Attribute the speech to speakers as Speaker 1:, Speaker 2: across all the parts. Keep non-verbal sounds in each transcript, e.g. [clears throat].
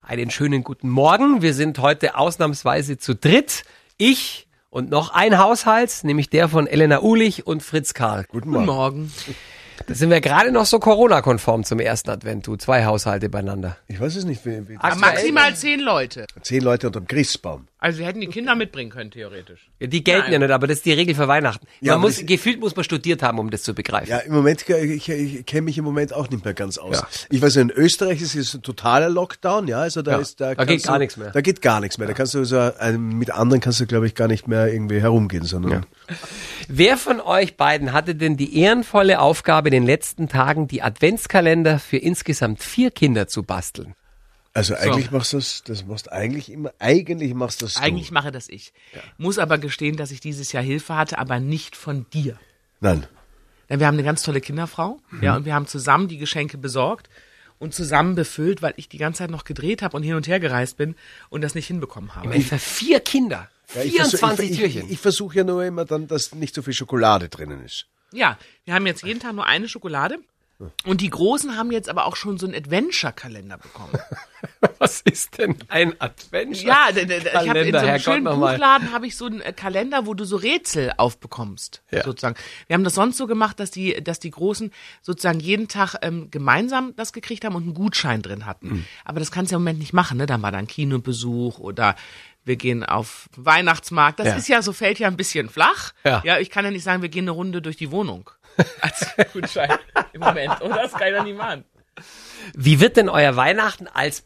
Speaker 1: Einen schönen guten Morgen. Wir sind heute ausnahmsweise zu dritt. Ich und noch ein Haushalt, nämlich der von Elena Ulich und Fritz Karl. Guten Morgen.
Speaker 2: Morgen.
Speaker 1: Da sind wir gerade noch so Corona-konform zum ersten Advent, du. Zwei Haushalte beieinander.
Speaker 3: Ich weiß es nicht, wie, wie
Speaker 1: Ach,
Speaker 2: Maximal zehn Leute.
Speaker 3: zehn Leute unterm Christbaum.
Speaker 2: Also wir hätten die Kinder mitbringen können, theoretisch.
Speaker 1: Ja, Die gelten ja nicht, aber das ist die Regel für Weihnachten. man
Speaker 3: Ja, aber
Speaker 1: muss,
Speaker 3: das-
Speaker 1: gefühlt muss man studiert haben, um das zu begreifen.
Speaker 3: Ja, im Moment, ich, ich kenne mich im Moment auch nicht mehr ganz aus. Ich weiß, in Österreich ist es ein totaler Lockdown, ja, also da
Speaker 1: Ja,
Speaker 3: ist, da,
Speaker 1: da
Speaker 3: kannst
Speaker 1: geht gar
Speaker 3: du-
Speaker 1: nichts mehr.
Speaker 3: Da geht gar nichts mehr. Da kannst du so, äh, mit anderen kannst du, glaube ich, gar nicht mehr irgendwie herumgehen, sondern.
Speaker 1: Wer von euch beiden hatte denn die ehrenvolle Aufgabe, in den letzten Tagen die Adventskalender für insgesamt vier Kinder zu basteln?
Speaker 3: Also eigentlich machst du das, das machst eigentlich immer, eigentlich machst das
Speaker 2: Eigentlich
Speaker 3: du.
Speaker 2: mache das ich. Muss aber gestehen, dass ich dieses Jahr Hilfe hatte, aber nicht von dir.
Speaker 3: Nein.
Speaker 2: Denn wir haben eine ganz tolle Kinderfrau. Ja, und wir haben zusammen die Geschenke besorgt und zusammen befüllt, weil ich die ganze Zeit noch gedreht habe und hin und her gereist bin und das nicht hinbekommen habe.
Speaker 1: Für vier Kinder.
Speaker 3: Ja, ich versuch-
Speaker 1: 24
Speaker 3: ich,
Speaker 1: Türchen.
Speaker 3: Ich, ich versuche ja nur immer dann, dass nicht so viel Schokolade drinnen ist.
Speaker 2: Ja, wir haben jetzt jeden Tag nur eine Schokolade. Und die Großen haben jetzt aber auch schon so einen Adventure-Kalender bekommen.
Speaker 1: [laughs] Was ist denn ein Adventure?
Speaker 2: Ja, d- d- d- ich habe in so
Speaker 1: Kalender,
Speaker 2: einem
Speaker 1: Herrgott,
Speaker 2: schönen
Speaker 1: nochmal.
Speaker 2: Buchladen habe ich so einen äh, Kalender, wo du so Rätsel aufbekommst,
Speaker 1: Ja.
Speaker 2: sozusagen. Wir haben das sonst so gemacht, dass die, dass die Großen sozusagen jeden Tag ähm, gemeinsam das gekriegt haben und einen Gutschein drin hatten.
Speaker 1: Mhm.
Speaker 2: Aber das kannst du ja im Moment nicht machen, ne? Dann war da ein Kinobesuch oder wir gehen auf den Weihnachtsmarkt. Das
Speaker 1: Ja.
Speaker 2: ist ja so, fällt ja ein bisschen flach.
Speaker 1: Ja.
Speaker 2: ja, ich kann ja nicht sagen, wir gehen eine Runde durch
Speaker 1: [laughs]
Speaker 2: die Wohnung. Als Gutschein im Moment. Oder das kann ja nicht machen.
Speaker 1: Wie wird denn euer Weihnachten als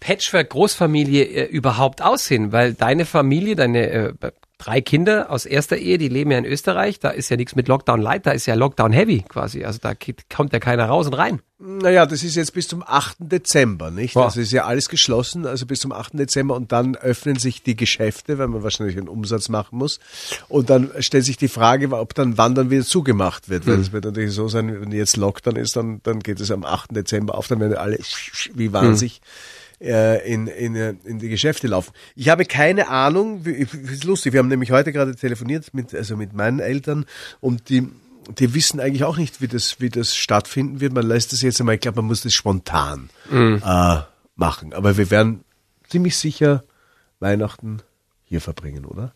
Speaker 1: Patchwork-Großfamilie äh, überhaupt aussehen? Weil deine Familie, deine äh, drei Kinder aus erster Ehe, die leben ja in Österreich, da ist ja nichts mit Lockdown Light, da ist ja Lockdown Heavy quasi. Also da geht, kommt ja keiner raus und rein.
Speaker 3: Naja, das ist jetzt bis zum 8. Dezember, nicht?
Speaker 1: Ja.
Speaker 3: Das ist ja alles geschlossen, also bis zum 8. Dezember und dann öffnen sich die Geschäfte, weil man wahrscheinlich einen Umsatz machen muss. Und dann stellt sich die Frage, ob dann wann dann wieder zugemacht wird. Weil es wird natürlich so sein, wenn jetzt Lockdown ist, dann, dann geht es am 8. Dezember auf, dann werden alle wie wahnsinnig äh, in, in, äh, in die Geschäfte laufen. Ich habe keine Ahnung, wie, ich- ist lustig, wir haben nämlich heute gerade telefoniert mit, also mit meinen Eltern und die, die wissen eigentlich auch nicht, wie das, wie das stattfinden wird. Man lässt das jetzt einmal, ich glaube, man muss das spontan
Speaker 2: Mhm.
Speaker 3: äh, machen. Aber wir werden ziemlich sicher Weihnachten hier verbringen, oder?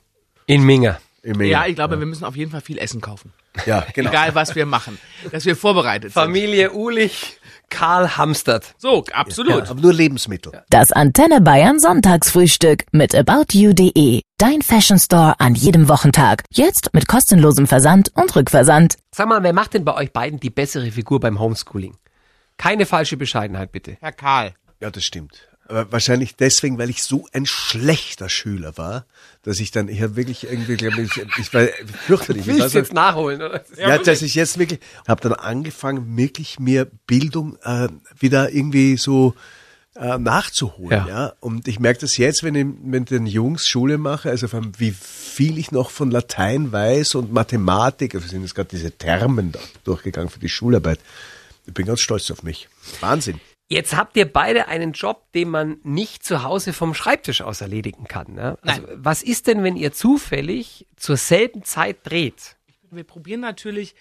Speaker 1: In Minga.
Speaker 3: Im März.
Speaker 2: Ja, ich glaube, wir müssen auf jeden Fall viel Essen kaufen.
Speaker 3: ja, genau.
Speaker 2: Egal, was wir machen. Dass wir
Speaker 1: [laughs]
Speaker 2: vorbereitet sind.
Speaker 1: Familie Ulich, Karl Hamstert.
Speaker 2: So, absolut.
Speaker 3: Ja, aber nur Lebensmittel.
Speaker 4: Das Antenne Bayern Sonntagsfrühstück mit aboutyou.de. Dein Fashion Store an jedem Wochentag. Jetzt mit kostenlosem Versand und Rückversand.
Speaker 1: Sag mal, wer macht denn bei euch beiden die bessere Figur beim Homeschooling? Keine falsche Bescheidenheit, bitte.
Speaker 2: Herr Karl.
Speaker 3: Ja, das stimmt. Aber wahrscheinlich deswegen, weil ich so ein schlechter Schüler war, dass ich dann, ich habe wirklich irgendwie, glaube ich, ich war fürchterlich. Ich weiß nicht,
Speaker 1: nachholen, oder?
Speaker 3: ja, dass ich jetzt wirklich, habe dann angefangen, wirklich mir Bildung äh, wieder irgendwie so äh, nachzuholen.
Speaker 1: Ja.
Speaker 3: Ja. Und ich merke das jetzt, wenn ich mit den Jungs Schule mache, also von wie viel ich noch von Latein weiß und Mathematik, also sind jetzt gerade diese Termen da durchgegangen für die Schularbeit. Ich bin ganz stolz auf mich. Wahnsinn.
Speaker 1: Jetzt habt ihr beide einen Job, den man nicht zu Hause vom Schreibtisch aus erledigen kann. Ne? Also, was ist denn, wenn ihr zufällig zur selben Zeit dreht?
Speaker 2: Wir probieren natürlich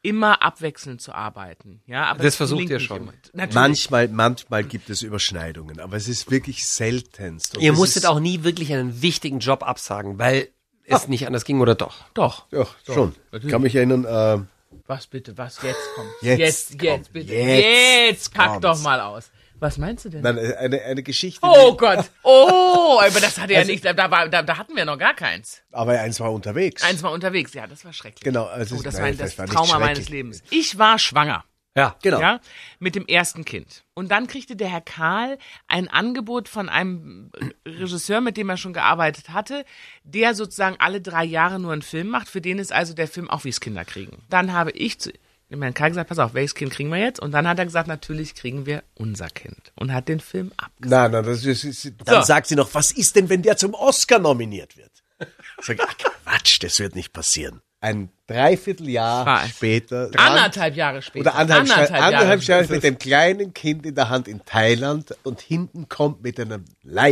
Speaker 2: immer abwechselnd zu arbeiten. Ja, aber
Speaker 1: Das versucht
Speaker 2: gelingt
Speaker 1: ihr
Speaker 2: nicht
Speaker 1: schon.
Speaker 2: immer. Natürlich.
Speaker 3: Manchmal, manchmal gibt es Überschneidungen, aber es ist wirklich seltenst. Und
Speaker 1: ihr
Speaker 3: das
Speaker 1: musstet
Speaker 3: ist-
Speaker 1: auch nie wirklich einen wichtigen Job absagen, weil es nicht anders ging oder doch.
Speaker 2: Doch.
Speaker 3: Ja, schon. Kann mich erinnern, äh,
Speaker 2: Was bitte, was jetzt kommt?
Speaker 3: Jetzt
Speaker 2: jetzt,
Speaker 3: kommt.
Speaker 2: jetzt bitte. Jetzt,
Speaker 3: Jetzt
Speaker 2: kack
Speaker 3: kommt's.
Speaker 2: doch mal aus. Was meinst du denn?
Speaker 3: nein, eine, eine Geschichte.
Speaker 2: Oh Gott. Oh, aber das hatte ja
Speaker 3: Also-
Speaker 2: nicht, da, war, da, da hatten wir noch gar keins.
Speaker 3: die- Aber eins war unterwegs.
Speaker 2: Eins war unterwegs. Ja, das war schrecklich.
Speaker 3: Genau, also
Speaker 2: oh,
Speaker 3: es-
Speaker 2: das
Speaker 3: nein,
Speaker 2: war
Speaker 3: das
Speaker 2: das
Speaker 3: war nicht
Speaker 2: Trauma meines
Speaker 3: schrecklich.
Speaker 2: Lebens. Ich war schwanger.
Speaker 1: Ja,
Speaker 3: Genau.
Speaker 2: Ja, mit dem ersten Kind. Und dann kriegte der Herr Karl ein Angebot von einem Regisseur, mit dem er schon gearbeitet hatte, der sozusagen alle drei Jahre nur einen Film macht. Für den ist also der Film auch wie's Kinder kriegen. Dann habe ich zu dem Herrn Karl gesagt, pass auf, welches Kind kriegen wir jetzt? Und dann hat er gesagt, natürlich kriegen wir unser Kind. Und hat den Film ab.
Speaker 3: Nein, nein, das ist, ist, dann
Speaker 2: So.
Speaker 3: sagt sie noch, was ist denn, wenn der zum Oscar nominiert wird? [laughs] Sag, ich, ah, Quatsch, das wird nicht passieren. Ein Dreivierteljahr
Speaker 2: Was?
Speaker 3: später.
Speaker 2: Anderthalb Jahre später.
Speaker 3: Oder anderthalb, anderthalb Jahre, anderthalb
Speaker 2: später.
Speaker 3: Jahre mit dem kleinen Kind in der Hand in Thailand und hinten kommt mit einer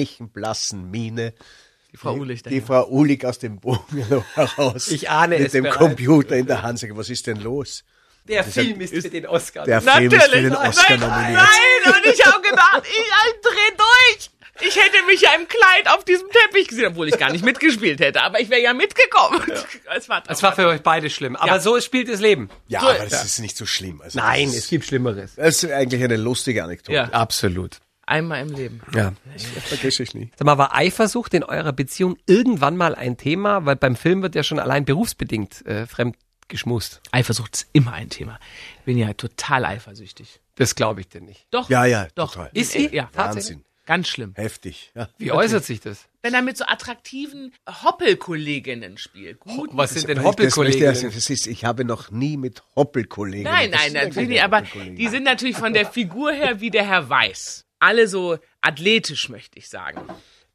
Speaker 3: leichenblassen Miene
Speaker 2: Die Frau Ulich
Speaker 3: die
Speaker 2: dahin.
Speaker 3: Frau Ulig aus dem Bogen [laughs] heraus.
Speaker 1: Ich ahne
Speaker 3: mit
Speaker 1: es
Speaker 3: dem
Speaker 1: bereits.
Speaker 3: Computer in der Hand. Sag, was ist denn los?
Speaker 1: Der Film ist für den Oscar.
Speaker 3: Der Film ist für
Speaker 2: Natürlich.
Speaker 3: den
Speaker 2: Nein,
Speaker 3: Oscar
Speaker 2: nein,
Speaker 3: nominiert.
Speaker 2: nein, und ich habe gedacht, ich, ich halt dreh durch. Ich hätte mich ja im Kleid auf diesem Teppich gesehen, obwohl ich gar nicht mitgespielt hätte, aber ich wäre ja mitgekommen. Es war,
Speaker 1: Es war für euch beide schlimm. Aber so spielt das Leben.
Speaker 3: Ja, aber das ist nicht so schlimm. Also
Speaker 1: Nein,
Speaker 3: das
Speaker 1: es
Speaker 3: ist,
Speaker 1: gibt Schlimmeres.
Speaker 3: das ist eigentlich eine lustige Anekdote.
Speaker 2: Ja.
Speaker 1: Absolut.
Speaker 2: einmal im Leben.
Speaker 1: Ja.
Speaker 3: Vergesse ich nie.
Speaker 1: Sag mal, war Eifersucht in eurer Beziehung irgendwann mal ein Thema? Weil beim Film wird ja schon allein berufsbedingt äh, fremd geschmust.
Speaker 2: Eifersucht ist immer ein Thema. Bin ja total eifersüchtig.
Speaker 1: Das glaube ich dir nicht.
Speaker 2: Doch.
Speaker 3: Ja, ja,
Speaker 2: Doch.
Speaker 3: total.
Speaker 1: Ist sie?
Speaker 2: Ja.
Speaker 1: Tatsächlich?
Speaker 3: Wahnsinn.
Speaker 2: Ganz schlimm.
Speaker 3: Heftig. Ja.
Speaker 1: Wie äußert sich das?
Speaker 2: Wenn er mit so attraktiven Hoppelkolleginnen spielt. Gut.
Speaker 1: Was sind denn
Speaker 3: Das möchte ich erst-
Speaker 1: Hoppelkollegen?
Speaker 3: das ist- Ich habe noch nie mit Hoppelkollegen.
Speaker 2: Nein,
Speaker 3: Das
Speaker 2: nein,
Speaker 3: sind ja
Speaker 2: natürlich
Speaker 3: keine
Speaker 2: nicht. Aber
Speaker 3: Hoppelkollegen.
Speaker 2: die sind natürlich von der Figur her wie der Herr Weiß. Alle so athletisch, möchte ich sagen.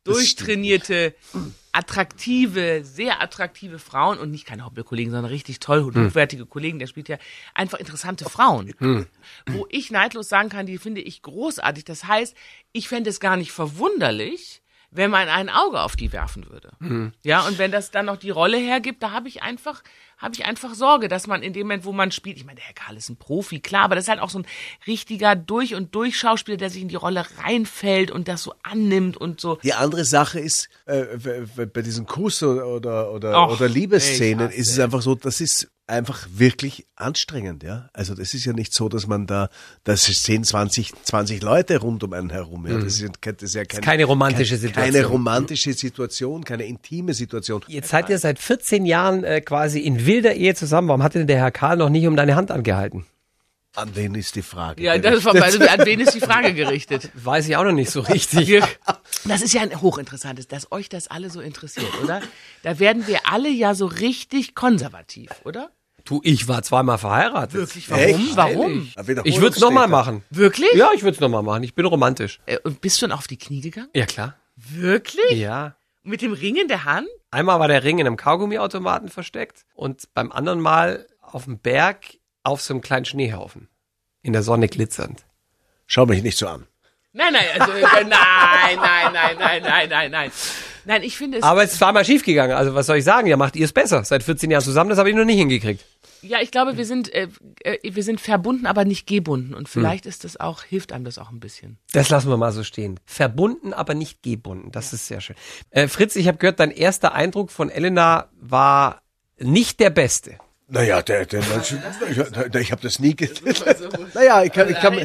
Speaker 2: Durchtrainierte, attraktive, sehr attraktive Frauen und nicht keine Hoppelkollegen, sondern richtig toll, hochwertige Kollegen. Der spielt ja einfach interessante Frauen. Wo ich neidlos sagen kann, die finde ich großartig. Das heißt, ich fände es gar nicht verwunderlich, wenn man ein Auge auf die werfen würde. Ja, und wenn das dann noch die Rolle hergibt, da habe ich einfach, habe ich einfach Sorge, dass man in dem Moment, wo man spielt, ich meine, der Herr Karl ist ein Profi, klar, aber das ist halt auch so ein richtiger durch und durch Schauspieler, der sich in die Rolle reinfällt und das so annimmt und so.
Speaker 3: Die andere Sache ist, äh, w- w- bei diesen Kuss- oder, oder,
Speaker 2: Och,
Speaker 3: oder Liebesszenen
Speaker 2: ich hasse
Speaker 3: ist es einfach so, das ist einfach wirklich anstrengend, ja. Also das ist ja nicht so, dass man da, das sind 20, 20 Leute rund um einen herum, ja. Das ist, ja kein- das ist ja keine,
Speaker 1: keine romantische Situation.
Speaker 3: Keine romantische Situation, keine intime Situation.
Speaker 1: Jetzt seid ihr seit 14 Jahren äh, quasi in wilder Ehe zusammen. Warum hat denn der Herr Karl noch nicht um deine Hand angehalten?
Speaker 3: An wen ist die Frage?
Speaker 2: Ja, das war, also, an wen ist die Frage gerichtet?
Speaker 1: Weiß ich auch noch nicht so richtig.
Speaker 2: Wir, das ist ja ein hochinteressantes, dass euch das alle so interessiert, oder? Da werden wir alle ja so richtig konservativ, oder?
Speaker 1: [laughs] du, ich war zweimal verheiratet.
Speaker 2: Wirklich? Warum?
Speaker 3: Echt?
Speaker 2: Warum?
Speaker 1: Ich würde es nochmal machen.
Speaker 2: Wirklich?
Speaker 1: Ja, ich würde es nochmal machen. Ich bin romantisch.
Speaker 2: Äh, Und bist du dann auf die Knie gegangen?
Speaker 1: Ja, klar.
Speaker 2: Wirklich?
Speaker 1: Ja.
Speaker 2: Mit dem Ring in der Hand?
Speaker 1: Einmal war der Ring in einem Kaugummiautomaten versteckt und beim anderen Mal auf dem Berg auf so einem kleinen Schneehaufen. In der Sonne glitzernd.
Speaker 3: Schau mich nicht so an.
Speaker 2: Nein, nein, also, äh, nein, nein, nein, nein, nein, nein, nein. Nein, ich finde es,
Speaker 1: Aber es ist zweimal schiefgegangen. Also was soll ich sagen? Ja, macht ihr es besser. Seit 14 Jahren zusammen, das habe ich noch nicht hingekriegt.
Speaker 2: ja, ich glaube, wir sind, äh, äh, wir sind verbunden, aber nicht gebunden. Und vielleicht ist das auch, hilft einem das auch ein bisschen.
Speaker 1: Das lassen wir mal so stehen. Verbunden, aber nicht gebunden. Das ist sehr schön. Äh, Fritz, ich habe gehört, dein erster Eindruck von Elena war nicht der
Speaker 2: [laughs]
Speaker 1: beste.
Speaker 3: Naja, der, der, ich, ich habe das nie [laughs] gedacht. Naja, ich kann, ich kann,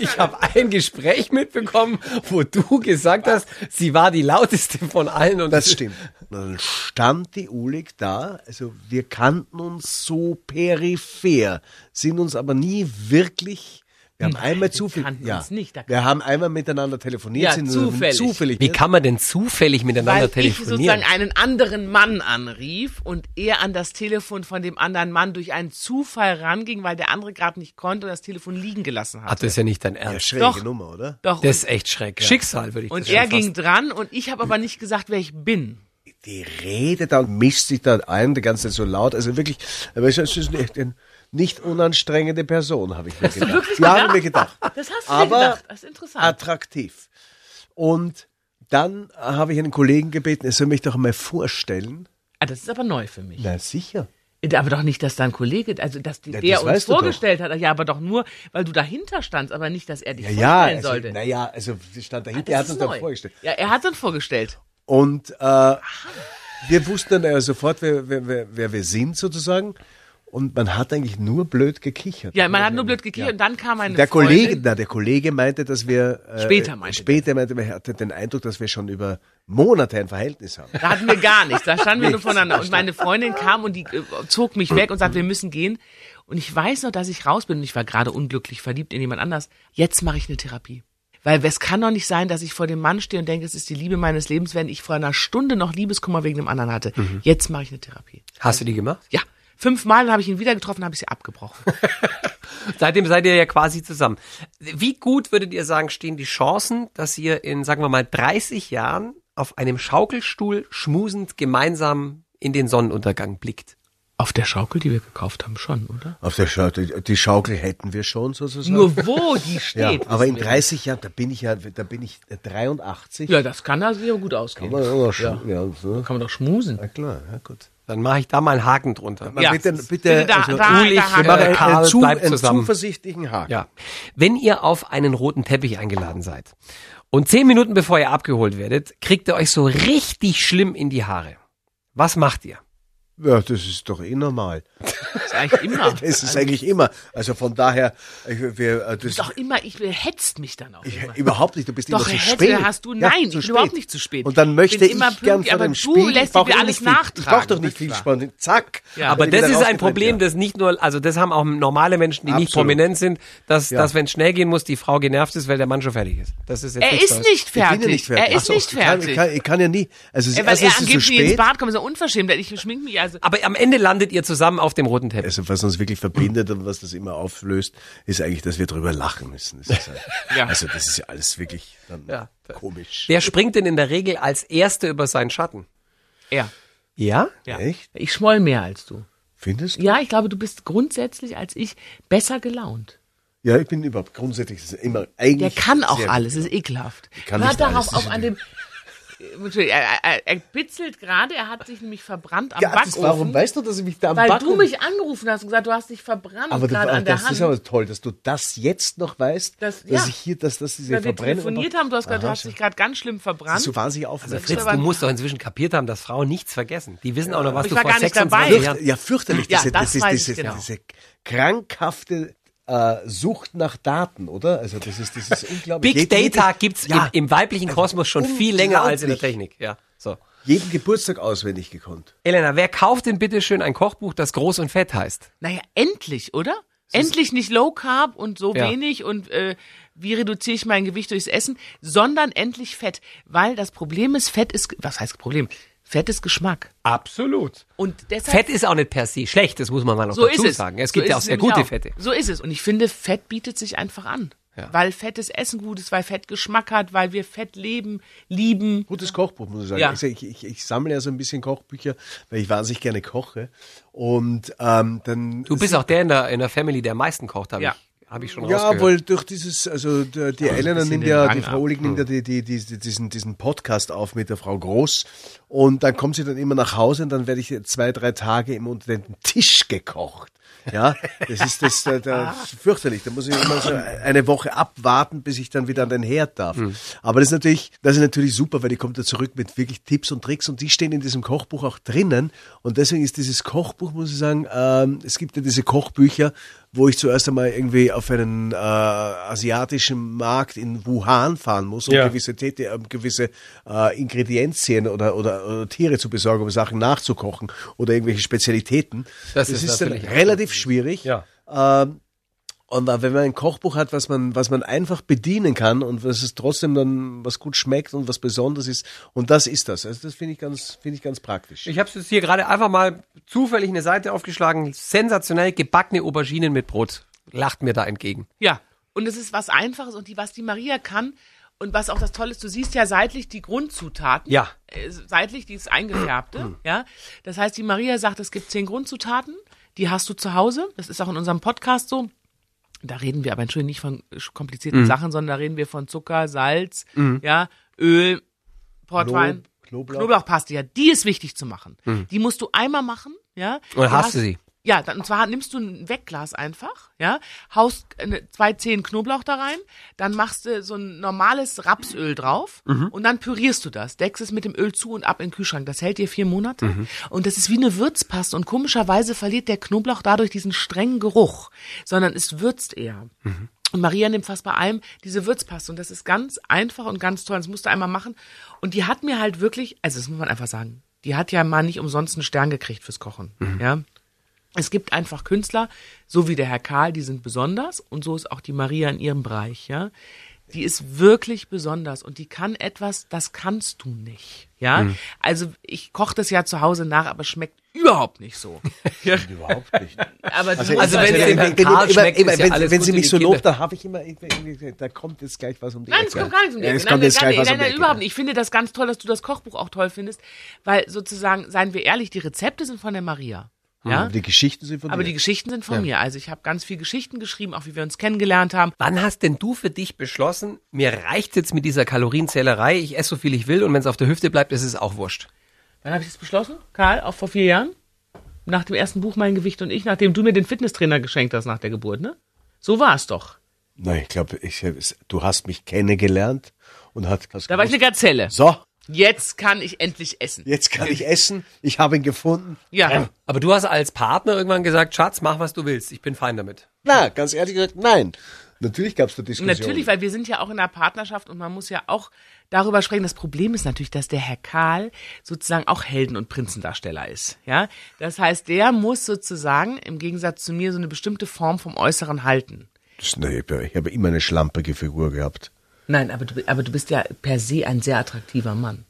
Speaker 1: Ich habe ein Gespräch mitbekommen, wo du gesagt hast, sie war die lauteste von allen. Und
Speaker 3: Das stimmt. Und dann stand die Ulig da. Also wir kannten uns so peripher, sind uns aber nie wirklich. Wir haben einmal zufällig.
Speaker 2: kannten uns nicht, da-
Speaker 3: wir haben einmal miteinander telefoniert,
Speaker 2: Ja,
Speaker 3: sind
Speaker 2: zufällig.
Speaker 3: zufällig.
Speaker 1: Wie kann man denn zufällig miteinander
Speaker 2: Weil ich
Speaker 1: telefonieren?
Speaker 2: sozusagen einen anderen Mann anrief und er an das Telefon von dem anderen Mann durch einen Zufall ranging, weil der andere gerade nicht konnte und das Telefon liegen gelassen
Speaker 1: Ach,
Speaker 2: hat.
Speaker 1: das ist ja nicht dein
Speaker 3: ja,
Speaker 1: Ernst.
Speaker 3: schräge
Speaker 2: Doch.
Speaker 3: Nummer, oder?
Speaker 2: Doch,
Speaker 1: das ist echt schreck. Schicksal würde ich
Speaker 2: und
Speaker 1: das
Speaker 2: er
Speaker 1: schon
Speaker 2: ging dran und ich habe aber nicht gesagt, wer ich bin.
Speaker 3: Die Rede da und mischt sich da ein, die ganze Zeit so laut. Also wirklich, aber es ist eine eine nicht unanstrengende Person, habe ich mir gedacht. ja, habe ich mir gedacht.
Speaker 2: Das hast du dir
Speaker 3: aber
Speaker 2: gedacht. Das ist interessant.
Speaker 3: attraktiv. Und dann habe ich einen Kollegen gebeten, er soll mich doch mal vorstellen.
Speaker 2: Ah, das ist aber neu für mich.
Speaker 3: Na sicher.
Speaker 2: Aber doch nicht, dass dein Kollege, also dass die,
Speaker 3: Ja,
Speaker 2: der
Speaker 3: das
Speaker 2: uns
Speaker 3: weißt du
Speaker 2: vorgestellt hat. Ja, aber doch nur, weil du dahinter standst, aber nicht, dass er dich
Speaker 3: Ja, ja,
Speaker 2: vorstellen
Speaker 3: also,
Speaker 2: sollte.
Speaker 3: naja, also sie stand dahinter,
Speaker 2: Ah, das
Speaker 3: er hat
Speaker 2: ist
Speaker 3: uns
Speaker 2: neu.
Speaker 3: dann vorgestellt.
Speaker 2: Ja, er hat dann vorgestellt.
Speaker 3: Und äh, wir wussten dann ja sofort, wer, wer, wer, wer wir sind sozusagen. Und man hat eigentlich nur blöd gekichert.
Speaker 2: Ja, man hat nur blöd gekichert und dann kam eine
Speaker 3: der Kollege,
Speaker 2: Freundin.
Speaker 3: na, der Kollege meinte, dass wir äh,
Speaker 2: Später meinte
Speaker 3: später meinte, er hatte den Eindruck, dass wir schon über Monate ein Verhältnis haben.
Speaker 2: Da hatten wir gar nichts, da standen wir nur voneinander. Und meine Freundin kam und die äh, zog mich weg und sagte, wir müssen gehen. Und ich weiß noch, dass ich raus bin und ich war gerade unglücklich verliebt in jemand anders. Jetzt mache ich eine Therapie. Weil es kann doch nicht sein, dass ich vor dem Mann stehe und denke, es ist die Liebe meines Lebens, wenn ich vor einer Stunde noch Liebeskummer wegen dem anderen hatte. Jetzt mache ich eine Therapie.
Speaker 1: Hast du die gemacht?
Speaker 2: Ja, fünfmal dann habe ich ihn wieder getroffen, habe ich sie abgebrochen.
Speaker 1: Seitdem seid ihr ja quasi zusammen. Wie gut würdet ihr sagen, stehen die Chancen, dass ihr in, sagen wir mal, 30 Jahren auf einem Schaukelstuhl schmusend gemeinsam in den Sonnenuntergang blickt?
Speaker 2: Auf der Schaukel, die wir gekauft haben, schon, oder?
Speaker 3: Auf der Schaukel, die Schaukel hätten wir schon sozusagen.
Speaker 2: Nur wo die
Speaker 3: ja,
Speaker 2: steht.
Speaker 3: aber in
Speaker 2: wissen wir
Speaker 3: 30 Jahren, da bin ich ja, da bin ich äh, 83.
Speaker 2: nicht. Ja, das kann also sehr gut ausgehen.
Speaker 3: Ja,
Speaker 2: Kann
Speaker 3: schon, ja. so.
Speaker 2: man doch schmusen.
Speaker 3: Na klar, ja gut.
Speaker 1: Dann mache ich da mal einen Haken drunter.
Speaker 3: Man
Speaker 2: Ja.
Speaker 3: bitte, bitte,
Speaker 2: Bitte da-
Speaker 3: also,
Speaker 2: da-
Speaker 1: Ulich,
Speaker 2: da-
Speaker 1: wir
Speaker 3: Mach
Speaker 1: machen
Speaker 3: einen,
Speaker 1: Karl,
Speaker 3: einen, zu,
Speaker 1: bleibt
Speaker 3: einen
Speaker 1: zusammen.
Speaker 3: zuversichtlichen Haken.
Speaker 1: Ja. Wenn ihr auf einen roten Teppich eingeladen seid Und zehn Minuten bevor ihr abgeholt werdet, kriegt ihr euch so richtig schlimm in die Haare. Was macht ihr?
Speaker 3: Ja, das ist doch eh normal.
Speaker 2: Das ist eigentlich immer.
Speaker 3: [laughs] Das ist eigentlich immer. Also von daher, ich, wir, äh, das,
Speaker 2: Doch immer, ich hetzt mich dann auch immer.
Speaker 3: überhaupt nicht. Du bist
Speaker 2: Doch,
Speaker 3: immer zu
Speaker 2: Herr
Speaker 3: spät.
Speaker 2: Hetzel, hast du- nein, ich bin überhaupt nicht zu spät.
Speaker 3: Und dann möchte
Speaker 2: Bin
Speaker 3: ich
Speaker 2: immer
Speaker 3: gern
Speaker 2: pünktlich,
Speaker 3: vor
Speaker 2: aber
Speaker 3: dem
Speaker 2: du
Speaker 3: Spiel.
Speaker 2: lässt
Speaker 3: ich brauche
Speaker 2: dir
Speaker 3: eh
Speaker 2: alles
Speaker 3: nicht viel- Ich brauche
Speaker 2: nachtragen,
Speaker 3: doch nicht
Speaker 2: das
Speaker 3: viel
Speaker 2: war-
Speaker 3: Spanien. Zack.
Speaker 2: Ja.
Speaker 1: Aber
Speaker 3: Wenn ich
Speaker 1: das
Speaker 3: wieder
Speaker 1: ist ein
Speaker 3: rausgekommen
Speaker 1: Problem,
Speaker 3: bin,
Speaker 1: das nicht nur, also das haben auch normale Menschen, die nicht
Speaker 3: Absolut.
Speaker 1: prominent sind, dass,
Speaker 3: Ja.
Speaker 1: dass wenn schnell gehen muss, die Frau genervt ist, weil der Mann schon fertig ist. Das ist jetzt
Speaker 2: Er
Speaker 1: nichts
Speaker 2: ist
Speaker 1: Neues.
Speaker 3: ja.
Speaker 2: nicht
Speaker 3: Ich bin
Speaker 2: fertig.
Speaker 3: ja nicht fertig.
Speaker 2: Er ist
Speaker 3: Achso,
Speaker 2: nicht
Speaker 3: Ich
Speaker 2: fertig.
Speaker 3: kann, ich kann, ich kann ja nie. Also es ist,
Speaker 2: Ja, weil
Speaker 3: erst
Speaker 2: er
Speaker 3: ist es zu
Speaker 2: angeblich nicht ins
Speaker 3: spät.
Speaker 2: Bad kommt, ist ja unverschämt. Ich schmink mich also.
Speaker 1: Aber am Ende landet ihr zusammen auf dem roten Teppich.
Speaker 3: Also was uns wirklich verbindet und was das immer auflöst, ist eigentlich, dass wir drüber lachen müssen. Das ist halt,
Speaker 2: [laughs] Ja.
Speaker 3: Also das ist ja alles wirklich dann
Speaker 1: Ja.
Speaker 3: komisch.
Speaker 1: Wer springt denn in der Regel als Erster über seinen Schatten?
Speaker 2: Er.
Speaker 1: Ja?
Speaker 2: Ja.
Speaker 3: Echt?
Speaker 2: Ich schmoll mehr als du.
Speaker 3: Findest du?
Speaker 2: Ja, ich glaube, du bist grundsätzlich als ich besser gelaunt.
Speaker 3: Ja, ich bin überhaupt grundsätzlich das ist immer eigentlich.
Speaker 2: Der kann auch
Speaker 3: sehr-
Speaker 2: alles, ist ekelhaft.
Speaker 3: kann
Speaker 2: Hör
Speaker 3: nicht
Speaker 2: darauf
Speaker 3: alles.
Speaker 2: auf an dem. [laughs] Entschuldigung, er, er, er bitzelt gerade, er hat sich nämlich verbrannt am
Speaker 3: Ja, das,
Speaker 2: Backofen.
Speaker 3: warum weißt du, dass ich mich da am
Speaker 2: weil
Speaker 3: Backen...
Speaker 2: du mich angerufen hast und gesagt, du hast dich verbrannt
Speaker 3: aber das,
Speaker 2: gerade an der
Speaker 3: das
Speaker 2: Hand.
Speaker 3: ist aber toll, dass du das jetzt noch weißt,
Speaker 2: Das-
Speaker 3: dass
Speaker 2: ja.
Speaker 3: ich hier, dass das diese
Speaker 2: Weil wir
Speaker 3: Verbrennung...
Speaker 2: telefoniert haben, du hast gesagt, du
Speaker 3: Aha,
Speaker 2: hast dich Also gerade ganz schlimm verbrannt.
Speaker 3: so wahnsinnig aufmerksam.
Speaker 1: Fritz, du musst doch inzwischen kapiert haben, dass Frauen nichts vergessen. Die wissen auch noch, was
Speaker 2: ich
Speaker 1: du
Speaker 2: war
Speaker 1: vor
Speaker 2: gar nicht
Speaker 1: 26
Speaker 2: dabei.
Speaker 1: Jahren...
Speaker 3: Fürcht, ja, fürchterlich.
Speaker 2: Ja,
Speaker 3: Diese,
Speaker 2: das
Speaker 3: ist
Speaker 2: weiß ich
Speaker 3: diese,
Speaker 2: genau.
Speaker 3: diese krankhafte äh, Sucht nach Daten, oder? Also das ist, das ist unglaublich.
Speaker 1: Big
Speaker 3: Jeden-
Speaker 1: Data gibt's
Speaker 3: Ja.
Speaker 1: im, im weiblichen Kosmos schon viel länger als in der
Speaker 3: unglaublich.
Speaker 1: Technik. Ja, so.
Speaker 3: jeden Geburtstag auswendig gekonnt.
Speaker 1: Elena, wer kauft denn bitte schön ein Kochbuch, das groß und fett heißt?
Speaker 2: Naja, endlich, oder? Endlich nicht Low Carb und so
Speaker 1: Ja.
Speaker 2: wenig und äh, wie reduziere ich mein Gewicht durchs Essen, sondern endlich Fett. Weil das Problem ist, Fett ist, was heißt Problem? Fett ist Geschmack.
Speaker 1: Absolut.
Speaker 2: Und deshalb
Speaker 1: Fett ist auch nicht per se schlecht, das muss man mal noch
Speaker 2: so
Speaker 1: dazu
Speaker 2: ist es.
Speaker 1: sagen. Es
Speaker 2: So
Speaker 1: gibt
Speaker 2: ist
Speaker 1: ja auch sehr
Speaker 2: nämlich
Speaker 1: gute Fette.
Speaker 2: So ist es. Und ich finde, Fett bietet sich einfach an. Weil fettes Essen gut ist, weil Fett Geschmack hat, weil wir Fett leben, lieben.
Speaker 3: Gutes Kochbuch, muss ich sagen.
Speaker 2: Ja.
Speaker 3: Also ich, ich, ich sammle ja so ein bisschen Kochbücher, weil ich wahnsinnig gerne koche. Und ähm, dann.
Speaker 1: Du bist auch der in der, in der Family, der am meisten kocht, habe
Speaker 2: Ja.
Speaker 1: ich, hab ich schon
Speaker 3: Ja,
Speaker 1: rausgehört.
Speaker 3: weil durch dieses, also der, die Elena
Speaker 2: bisschen
Speaker 3: nimmt
Speaker 2: den
Speaker 3: ja,
Speaker 2: Rang
Speaker 3: die
Speaker 2: ab. Hm.
Speaker 3: Frau Olig nimmt ja die, die, die, die, diesen, diesen Podcast auf mit der Frau Groß und dann kommt sie dann immer nach Hause und dann werde ich zwei, drei Tage immer unter den Tisch gekocht. Ja, das ist das, äh, da- fürchterlich. Da muss ich immer so eine Woche abwarten, bis ich dann wieder an den Herd darf.
Speaker 2: Hm.
Speaker 3: Aber das ist natürlich, das ist natürlich super, weil die kommt da zurück mit wirklich Tipps und Tricks und die stehen in diesem Kochbuch auch drinnen. Und deswegen ist dieses Kochbuch, muss ich sagen, ähm, es gibt ja diese Kochbücher, wo ich zuerst einmal irgendwie auf einen äh, asiatischen Markt in Wuhan fahren muss, um
Speaker 1: Ja.
Speaker 3: gewisse, Täti- äh, gewisse äh, Ingredienzien oder, oder, oder Tiere zu besorgen, um Sachen nachzukochen oder irgendwelche Spezialitäten.
Speaker 1: Das
Speaker 3: Das,
Speaker 1: ist
Speaker 3: ist, dann
Speaker 1: natürlich
Speaker 3: relativ schwierig.
Speaker 1: Ja.
Speaker 3: Ähm, und da- wenn man ein Kochbuch hat, was man, was man einfach bedienen kann und was es trotzdem dann was gut schmeckt und was besonders ist, und das ist das. Also das finde ich ganz, finde ich ganz praktisch.
Speaker 1: Ich habe jetzt hier gerade einfach mal zufällig eine Seite aufgeschlagen. Sensationell gebackene Auberginen mit Brot. Lacht mir da entgegen.
Speaker 2: Ja. Und es ist was Einfaches und die, was die Maria kann und was auch das Tolle ist, du siehst ja seitlich die Grundzutaten.
Speaker 1: Ja.
Speaker 2: Äh, Seitlich dieses
Speaker 1: [clears throat]
Speaker 2: eingefärbte, ja. Das heißt, die Maria sagt, es gibt zehn Grundzutaten, die hast du zu Hause. Das ist auch in unserem Podcast so. Da reden wir aber entschuldigung nicht von äh,
Speaker 1: Mhm.
Speaker 2: komplizierten Sachen, sondern da reden wir von Zucker, Salz, ja, Öl, Portwein.
Speaker 3: Knoblauch.
Speaker 2: Knoblauchpaste, ja, die ist wichtig zu machen. Die musst du einmal machen, ja.
Speaker 1: Mhm. Und
Speaker 2: Du
Speaker 1: hast
Speaker 2: hast-
Speaker 1: du sie?
Speaker 2: ja, dann, und zwar nimmst du ein Wegglas einfach, ja, haust eine, zwei Zehen Knoblauch da rein, dann machst du so ein normales Rapsöl drauf und dann pürierst du das, deckst es mit dem Öl zu und ab in den Kühlschrank. Das hält dir vier Monate und das ist wie eine Würzpaste und komischerweise verliert der Knoblauch dadurch diesen strengen Geruch, sondern es würzt eher. Und Maria nimmt fast bei allem diese Würzpaste und das ist ganz einfach und ganz toll. Das musst du einmal machen. Und die hat mir halt wirklich, also das muss man einfach sagen, die hat ja mal nicht umsonst einen Stern gekriegt fürs Kochen, ja. Es gibt einfach Künstler, so wie der Herr Karl, die sind besonders und so ist auch die Maria in ihrem Bereich, ja. Die ist wirklich besonders und die kann etwas, das kannst du nicht, ja.
Speaker 3: Mhm.
Speaker 2: Also ich koche das ja zu Hause nach, aber es schmeckt überhaupt nicht so.
Speaker 3: [laughs] Überhaupt nicht.
Speaker 2: Aber du musst halt
Speaker 1: also wenn
Speaker 2: das-
Speaker 1: dem
Speaker 3: wenn,
Speaker 1: Karl
Speaker 3: immer,
Speaker 1: schmeckt,
Speaker 3: immer,
Speaker 1: ist ja
Speaker 3: wenn,
Speaker 1: alles
Speaker 3: wenn sie
Speaker 1: gut für
Speaker 3: mich
Speaker 1: die
Speaker 3: so
Speaker 1: Kinder.
Speaker 3: lobt, da habe ich immer, irgendwie- irgendwie- da kommt jetzt gleich was um die
Speaker 2: Nein, es
Speaker 3: Ecke.
Speaker 2: kommt gar nicht um die
Speaker 3: Ja,
Speaker 2: Ecke.
Speaker 3: es kommt jetzt
Speaker 2: gar
Speaker 3: gleich
Speaker 2: nicht.
Speaker 3: was
Speaker 2: Nein,
Speaker 3: um die
Speaker 2: nein,
Speaker 3: Ecke.
Speaker 2: überhaupt nicht. Ich finde das ganz toll, dass du das Kochbuch auch toll findest, weil sozusagen, seien wir ehrlich, die Rezepte sind von der Maria. Ja?
Speaker 3: Die Geschichten sind von
Speaker 2: Aber
Speaker 3: dir.
Speaker 2: die Geschichten sind von mir. Also ich habe ganz viel Geschichten geschrieben, auch wie wir uns kennengelernt haben.
Speaker 1: Wann hast denn du für dich beschlossen, mir reicht jetzt mit dieser Kalorienzählerei, ich esse so viel ich will und wenn es auf der Hüfte bleibt, ist es auch wurscht.
Speaker 2: Wann habe ich das beschlossen? Karl, auch vor vier Jahren? Nach dem ersten Buch Mein Gewicht und ich, nachdem du mir den Fitnesstrainer geschenkt hast nach der Geburt, ne? So war es doch.
Speaker 3: Nein, ich glaube, ich, du hast mich kennengelernt und hat was
Speaker 2: Da war ich eine
Speaker 3: gewusst.
Speaker 2: Gazelle.
Speaker 3: So,
Speaker 2: Jetzt kann ich endlich essen.
Speaker 3: jetzt kann ich essen. Ich habe ihn gefunden.
Speaker 2: Ja.
Speaker 1: Aber du hast als Partner irgendwann gesagt, Schatz, mach was du willst, ich bin fein damit.
Speaker 3: Na, ganz ehrlich gesagt, nein. Natürlich gab es da Diskussionen.
Speaker 2: Natürlich, weil wir sind ja auch in einer Partnerschaft und man muss ja auch darüber sprechen. Das Problem ist natürlich, dass der Herr Karl sozusagen auch Helden- und Prinzendarsteller ist. Ja, das heißt, der muss sozusagen im Gegensatz zu mir so eine bestimmte Form vom Äußeren halten.
Speaker 3: Das- Nee, ich habe immer eine schlampige Figur gehabt.
Speaker 2: Nein, aber du, aber du bist ja per se ein sehr attraktiver Mann.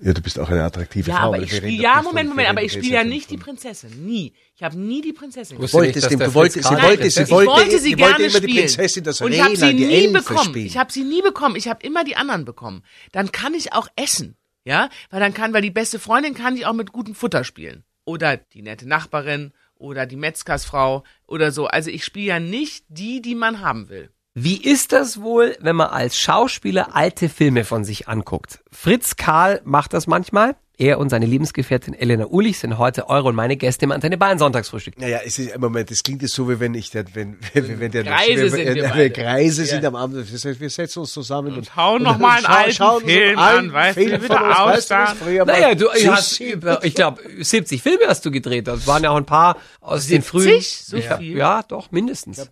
Speaker 3: Ja, du bist auch eine attraktive
Speaker 2: Ja,
Speaker 3: Frau.
Speaker 2: aber
Speaker 3: wir
Speaker 2: ich
Speaker 3: reden
Speaker 2: spiele
Speaker 3: doch
Speaker 2: ja
Speaker 3: nicht von-
Speaker 2: Moment, Moment,
Speaker 3: wir
Speaker 2: aber
Speaker 3: reden
Speaker 2: ich
Speaker 3: doch
Speaker 2: spiele ja
Speaker 3: von-
Speaker 2: nicht die Prinzessin, nie. Ich habe nie die Prinzessin.
Speaker 1: Wusste
Speaker 3: Wolltest
Speaker 1: nicht, dass
Speaker 3: ihm-
Speaker 1: der
Speaker 3: du wolltest-
Speaker 1: Fritz
Speaker 3: sie
Speaker 1: Karl
Speaker 3: wollte-
Speaker 1: Prinzessin-
Speaker 3: sie
Speaker 2: ich wollte sie
Speaker 3: die
Speaker 2: gerne
Speaker 3: wollte immer die
Speaker 2: spielen.
Speaker 3: Prinzessin, das
Speaker 2: und ich habe
Speaker 3: Rena,
Speaker 2: sie
Speaker 3: die
Speaker 2: nie
Speaker 3: Elfe
Speaker 2: bekommen.
Speaker 3: spielen.
Speaker 2: Ich habe sie nie bekommen. Ich habe immer die anderen bekommen. Dann kann ich auch essen, ja, weil dann kann, weil die beste Freundin kann ich auch mit gutem Futter spielen oder die nette Nachbarin oder die Metzgersfrau oder so. Also ich spiele ja nicht die, die man haben will.
Speaker 1: Wie ist das wohl, wenn man als Schauspieler alte Filme von sich anguckt? Fritz Karl macht das manchmal. Er und seine Lebensgefährtin Elena Ulich sind heute eure und meine Gäste im Antenne Bayern Sonntagsfrühstück.
Speaker 3: Naja, es ist, Moment, das klingt jetzt so, wie wenn ich, der, wenn, wenn, wenn der,
Speaker 2: Äh, Kreise
Speaker 3: wenn,
Speaker 2: sind
Speaker 3: wenn,
Speaker 2: wir
Speaker 3: wenn
Speaker 2: beide.
Speaker 3: Kreise sind am Abend, das heißt, wir setzen uns zusammen und,
Speaker 2: hauen noch
Speaker 3: und
Speaker 2: mal einen
Speaker 3: schauen-
Speaker 2: alten
Speaker 3: schauen uns
Speaker 2: Film
Speaker 3: einen
Speaker 2: an, weißt du,
Speaker 3: Film
Speaker 2: wie
Speaker 3: von
Speaker 2: der
Speaker 3: uns,
Speaker 2: aussah.
Speaker 3: weißt du, was früher mal-
Speaker 1: Naja, du hast
Speaker 3: Sushi-
Speaker 1: über, ich glaube, 70 Filme hast du gedreht. Das waren ja auch ein paar aus den frühen.
Speaker 2: 70? So
Speaker 1: ja,
Speaker 2: viel?
Speaker 1: ja, doch, mindestens.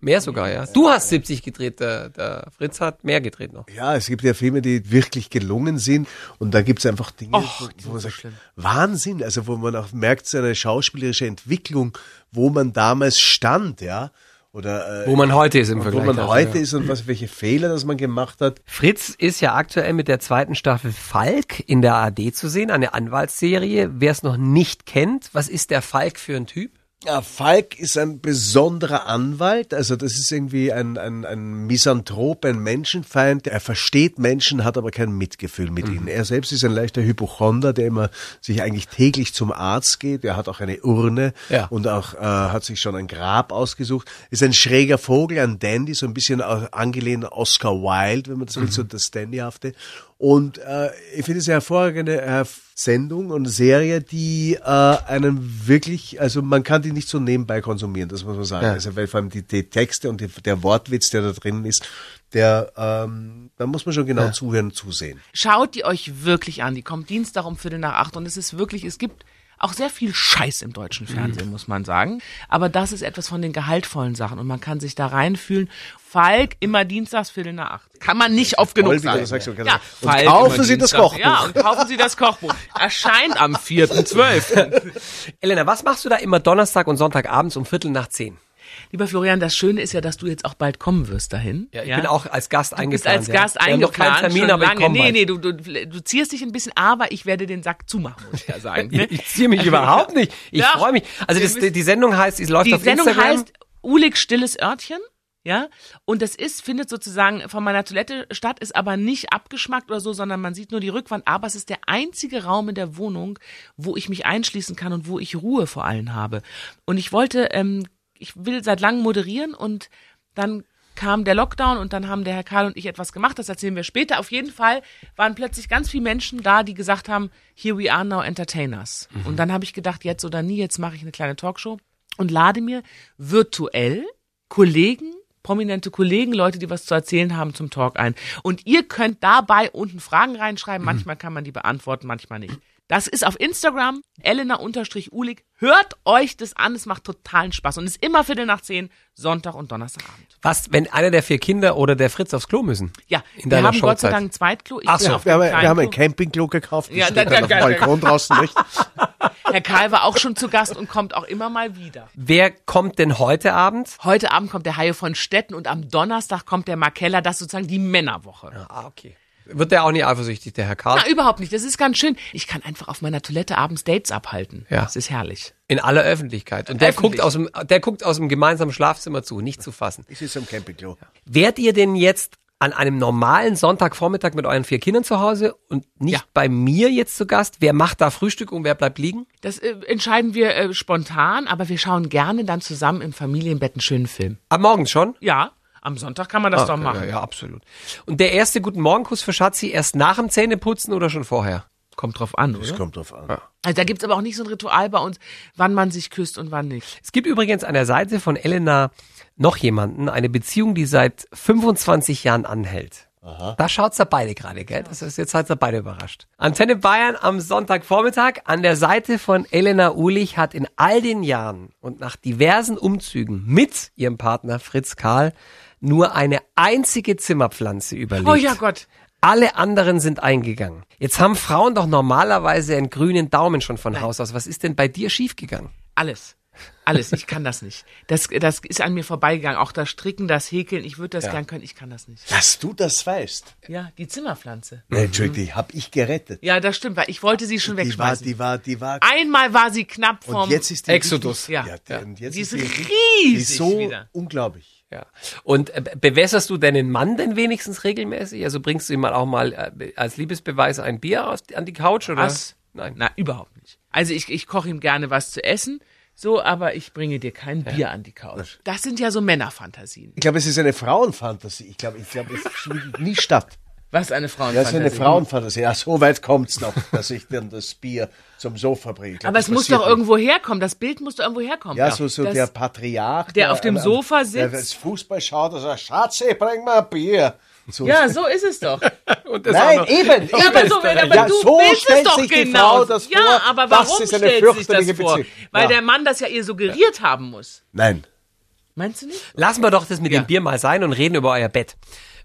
Speaker 1: Mehr sogar, ja. Du hast 70 gedreht, der, der Fritz hat mehr gedreht noch.
Speaker 3: Ja, es gibt ja Filme, die wirklich gelungen sind und da gibt's einfach Dinge,
Speaker 2: Och, die sind
Speaker 3: wo man
Speaker 2: so
Speaker 3: sagt,
Speaker 2: schlimm.
Speaker 3: Wahnsinn, also wo man auch merkt, seine schauspielerische Entwicklung, wo man damals stand, ja, oder äh,
Speaker 1: Wo man heute ist im
Speaker 3: wo
Speaker 1: Vergleich.
Speaker 3: man
Speaker 1: also,
Speaker 3: heute
Speaker 1: ja.
Speaker 3: ist und was, welche Fehler, dass man gemacht hat.
Speaker 1: Fritz ist ja aktuell mit der zweiten Staffel Falk in der ARD zu sehen, eine Anwaltsserie. Wer es noch nicht kennt, was ist der Falk für ein Typ?
Speaker 3: Ja, Ah, Falk ist ein besonderer Anwalt, also das ist irgendwie ein, ein, ein Misanthrop, ein Menschenfeind. Er versteht Menschen, hat aber kein Mitgefühl
Speaker 1: Mhm.
Speaker 3: mit ihnen. Er selbst ist ein leichter Hypochonder, der immer sich eigentlich täglich zum Arzt geht. Er hat auch eine Urne
Speaker 1: Ja.
Speaker 3: und auch äh, hat sich schon ein Grab ausgesucht. Ist ein schräger Vogel, ein Dandy, so ein bisschen au- angelehnt an Oscar Wilde, wenn man das will,
Speaker 2: Mhm.
Speaker 3: so das Dandyhafte. Und äh, ich finde es eine hervorragende äh, Sendung und Serie, die äh, einen wirklich, also man kann die nicht so nebenbei konsumieren, das muss man sagen. Also weil vor allem die, die Texte und die, der Wortwitz, der da drin ist, der, ähm, da muss man schon genau zuhören, zusehen.
Speaker 2: Schaut die euch wirklich an. Die kommt Dienstag um Viertel nach acht und es ist wirklich, es gibt auch sehr viel Scheiß im deutschen
Speaker 1: Mhm.
Speaker 2: Fernsehen, muss man sagen. Aber das ist etwas von den gehaltvollen Sachen und man kann sich da reinfühlen. Falk immer Dienstags Viertel nach acht. Kann man nicht oft genug
Speaker 3: Toll, wie du
Speaker 2: sagen.
Speaker 3: das sagst, man kann
Speaker 2: Ja,
Speaker 3: sagen, und
Speaker 2: Falk
Speaker 3: kaufen
Speaker 2: immer
Speaker 3: Sie das
Speaker 2: Dienstags.
Speaker 3: Kochbuch.
Speaker 2: Ja, und kaufen Sie das Kochbuch. Erscheint am
Speaker 1: [laughs]
Speaker 2: 4.12.
Speaker 1: Elena, was machst du da immer Donnerstag und Sonntagabends um Viertel nach zehn?
Speaker 2: Lieber Florian, das Schöne ist ja, dass du jetzt auch bald kommen wirst dahin.
Speaker 1: ich bin auch als Gast
Speaker 2: Du bist
Speaker 1: eingeplant.
Speaker 2: als Gast
Speaker 1: ja. Wir haben
Speaker 2: eingeplant.
Speaker 1: noch keinen Termin,
Speaker 2: schon
Speaker 1: aber ich
Speaker 2: lange.
Speaker 1: komme
Speaker 2: Nee,
Speaker 1: bald.
Speaker 2: nee, du, du, du ziehst dich ein bisschen, aber ich werde den Sack zumachen, muss ich
Speaker 1: [laughs]
Speaker 2: ja sagen. ne?
Speaker 1: Ich ziehe mich überhaupt nicht. Ich
Speaker 2: Doch.
Speaker 1: freue mich. Also
Speaker 2: Wir
Speaker 1: das,
Speaker 2: müssen-
Speaker 1: die Sendung heißt, es läuft
Speaker 2: die
Speaker 1: auf
Speaker 2: Sendung
Speaker 1: Instagram.
Speaker 2: heißt Ulig stilles Örtchen. Ja, und das ist, findet sozusagen von meiner Toilette statt, ist aber nicht abgeschmackt oder so, sondern man sieht nur die Rückwand. Aber es ist der einzige Raum in der Wohnung, wo ich mich einschließen kann und wo ich Ruhe vor allem habe. Und ich wollte, ähm, ich will seit langem moderieren und dann kam der Lockdown und dann haben der Herr Karl und ich etwas gemacht. Das erzählen wir später. Auf jeden Fall waren plötzlich ganz viele Menschen da, die gesagt haben, here we are now entertainers.
Speaker 1: Mhm.
Speaker 2: Und dann habe ich gedacht, jetzt oder nie, jetzt mache ich eine kleine Talkshow und lade mir virtuell Kollegen, prominente Kollegen, Leute, die was zu erzählen haben, zum Talk ein. Und ihr könnt dabei unten Fragen
Speaker 1: Mhm.
Speaker 2: reinschreiben. Manchmal kann man die beantworten, manchmal nicht. Das ist auf Instagram, Elena-Ulig. Hört euch das an, es macht totalen Spaß und ist immer Viertel nach zehn, Sonntag und Donnerstagabend.
Speaker 1: Was, wenn einer der vier Kinder oder der Fritz aufs Klo müssen?
Speaker 2: Ja,
Speaker 1: In
Speaker 2: wir
Speaker 1: deiner
Speaker 2: haben Gott sei
Speaker 1: Showzeit.
Speaker 2: Dank ein Zweitklo. Ich
Speaker 1: Ach
Speaker 2: bin
Speaker 1: so,
Speaker 2: auf
Speaker 3: Wir
Speaker 2: dem
Speaker 3: haben, ein- wir haben ein
Speaker 2: Klo.
Speaker 3: Campingklo gekauft, das
Speaker 2: Ja,
Speaker 3: steht
Speaker 2: da-
Speaker 3: dann
Speaker 2: da-
Speaker 3: auf
Speaker 2: da-
Speaker 3: dem Balkon
Speaker 2: [laughs]
Speaker 3: draußen, nicht?
Speaker 2: Herr Karl war auch schon zu Gast und kommt auch immer mal wieder.
Speaker 1: Wer kommt denn heute Abend?
Speaker 2: Heute Abend kommt der Haie von Stetten und am Donnerstag kommt der Markella. Das ist sozusagen die Männerwoche.
Speaker 1: Ah, okay. Wird der auch nicht eifersüchtig, der Herr Karl?
Speaker 2: Na, Ah, überhaupt nicht. Das ist ganz schön. Ich kann einfach auf meiner Toilette abends Dates abhalten.
Speaker 1: Ja.
Speaker 2: Das ist herrlich.
Speaker 1: In aller Öffentlichkeit. Und der
Speaker 2: Öffentlich.
Speaker 1: guckt, aus dem, der guckt aus dem gemeinsamen Schlafzimmer zu, nicht zu fassen.
Speaker 3: Ich sitze am Campingklo.
Speaker 1: Wärt ihr denn jetzt an einem normalen Sonntagvormittag mit euren vier Kindern zu Hause und nicht
Speaker 2: Ja.
Speaker 1: bei mir jetzt zu Gast? Wer macht da Frühstück und wer bleibt liegen?
Speaker 2: Das äh, entscheiden wir äh, spontan, aber wir schauen gerne dann zusammen im Familienbett einen schönen Film.
Speaker 1: Am Morgen schon?
Speaker 2: Ja, am Sonntag kann man das doch machen.
Speaker 1: Ja, ja, absolut. Und der erste Guten Morgenkuss für Schatzi erst nach dem Zähneputzen oder schon vorher?
Speaker 2: Kommt drauf an,
Speaker 3: Das
Speaker 2: oder?
Speaker 3: kommt drauf an.
Speaker 2: Also da gibt's aber auch nicht so ein Ritual bei uns, wann man sich küsst und wann nicht.
Speaker 1: Es gibt übrigens an der Seite von Elena noch jemanden, eine Beziehung, die seit 25 Jahren anhält. Da schaut's da beide gerade, gell? Das ist jetzt halt da beide überrascht. Antenne Bayern am Sonntagvormittag an der Seite von Elena Ulich hat in all den Jahren und nach diversen Umzügen mit ihrem Partner Fritz Karl nur eine einzige Zimmerpflanze überlebt.
Speaker 2: Oh ja Gott.
Speaker 1: Alle anderen sind eingegangen. Jetzt haben Frauen doch normalerweise einen grünen Daumen schon von Haus aus. Was ist denn bei dir schiefgegangen?
Speaker 2: Alles. Alles. Ich kann das nicht. Das, das ist an mir vorbeigegangen. Auch das Stricken, das Häkeln. Ich würde das gern können. Ich kann das nicht.
Speaker 3: Dass du das weißt.
Speaker 2: Ja, die Zimmerpflanze.
Speaker 3: Nee, Entschuldigung, die habe ich gerettet.
Speaker 2: Ja, das stimmt, weil ich wollte sie schon
Speaker 3: Die war,
Speaker 2: wegschmeißen.
Speaker 3: die war, die war.
Speaker 2: Einmal war sie knapp vom.
Speaker 3: Und jetzt ist die
Speaker 1: Exodus.
Speaker 3: richtig-
Speaker 2: Ja.
Speaker 3: ja, die, und jetzt
Speaker 2: Die ist
Speaker 3: richtig-
Speaker 2: riesig
Speaker 3: Die ist so
Speaker 2: wieder.
Speaker 3: unglaublich.
Speaker 1: Ja. Und äh, be- bewässerst du deinen Mann denn wenigstens regelmäßig? Also bringst du ihm mal auch mal äh, als Liebesbeweis ein Bier auf, an die Couch oder?
Speaker 2: Was?
Speaker 1: Nein.
Speaker 2: Na, überhaupt nicht. Also ich, ich koche ihm gerne was zu essen, so, aber ich bringe dir kein Bier an die Couch. Das sind ja so Männerfantasien.
Speaker 3: Ich glaube, es ist eine Frauenfantasie. Ich glaube, ich glaube, es findet nie statt.
Speaker 2: Was eine
Speaker 3: Das ist
Speaker 2: Frauenfantasie.
Speaker 3: eine Frauenfantasie. Ja, so weit kommt's noch, dass ich dann das Bier zum Sofa bringe. Ich glaub,
Speaker 2: aber
Speaker 3: das
Speaker 2: es muss
Speaker 3: passiert
Speaker 2: doch
Speaker 3: nicht.
Speaker 2: irgendwo herkommen. Das Bild muss doch irgendwo herkommen.
Speaker 3: Ja, so, so
Speaker 2: das,
Speaker 3: der Patriarch.
Speaker 2: der auf dem
Speaker 3: am- am- Der
Speaker 2: Sofa sitzt.
Speaker 3: das Fußball schaut und sagt, Schatz, ich bring mal ein Bier. So
Speaker 2: Ja, so ist
Speaker 3: [laughs]
Speaker 2: es doch.
Speaker 1: Und das
Speaker 3: Nein,
Speaker 1: auch noch-
Speaker 3: eben.
Speaker 2: Ja, aber
Speaker 3: eben.
Speaker 2: so, aber
Speaker 3: ja,
Speaker 2: du
Speaker 3: so
Speaker 2: willst es
Speaker 3: stellt
Speaker 2: doch
Speaker 3: sich die
Speaker 2: genau.
Speaker 3: Frau das vor.
Speaker 2: ja, aber
Speaker 3: das ist
Speaker 2: warum
Speaker 3: eine
Speaker 2: stellt sich das
Speaker 3: fürchterliche
Speaker 2: vor?
Speaker 3: Beziehung.
Speaker 2: Weil
Speaker 3: ja.
Speaker 2: der Mann das ja ihr suggeriert haben muss.
Speaker 3: Nein.
Speaker 2: Meinst du nicht?
Speaker 1: Lassen wir doch das mit
Speaker 2: Ja.
Speaker 1: dem Bier mal sein und reden über euer Bett.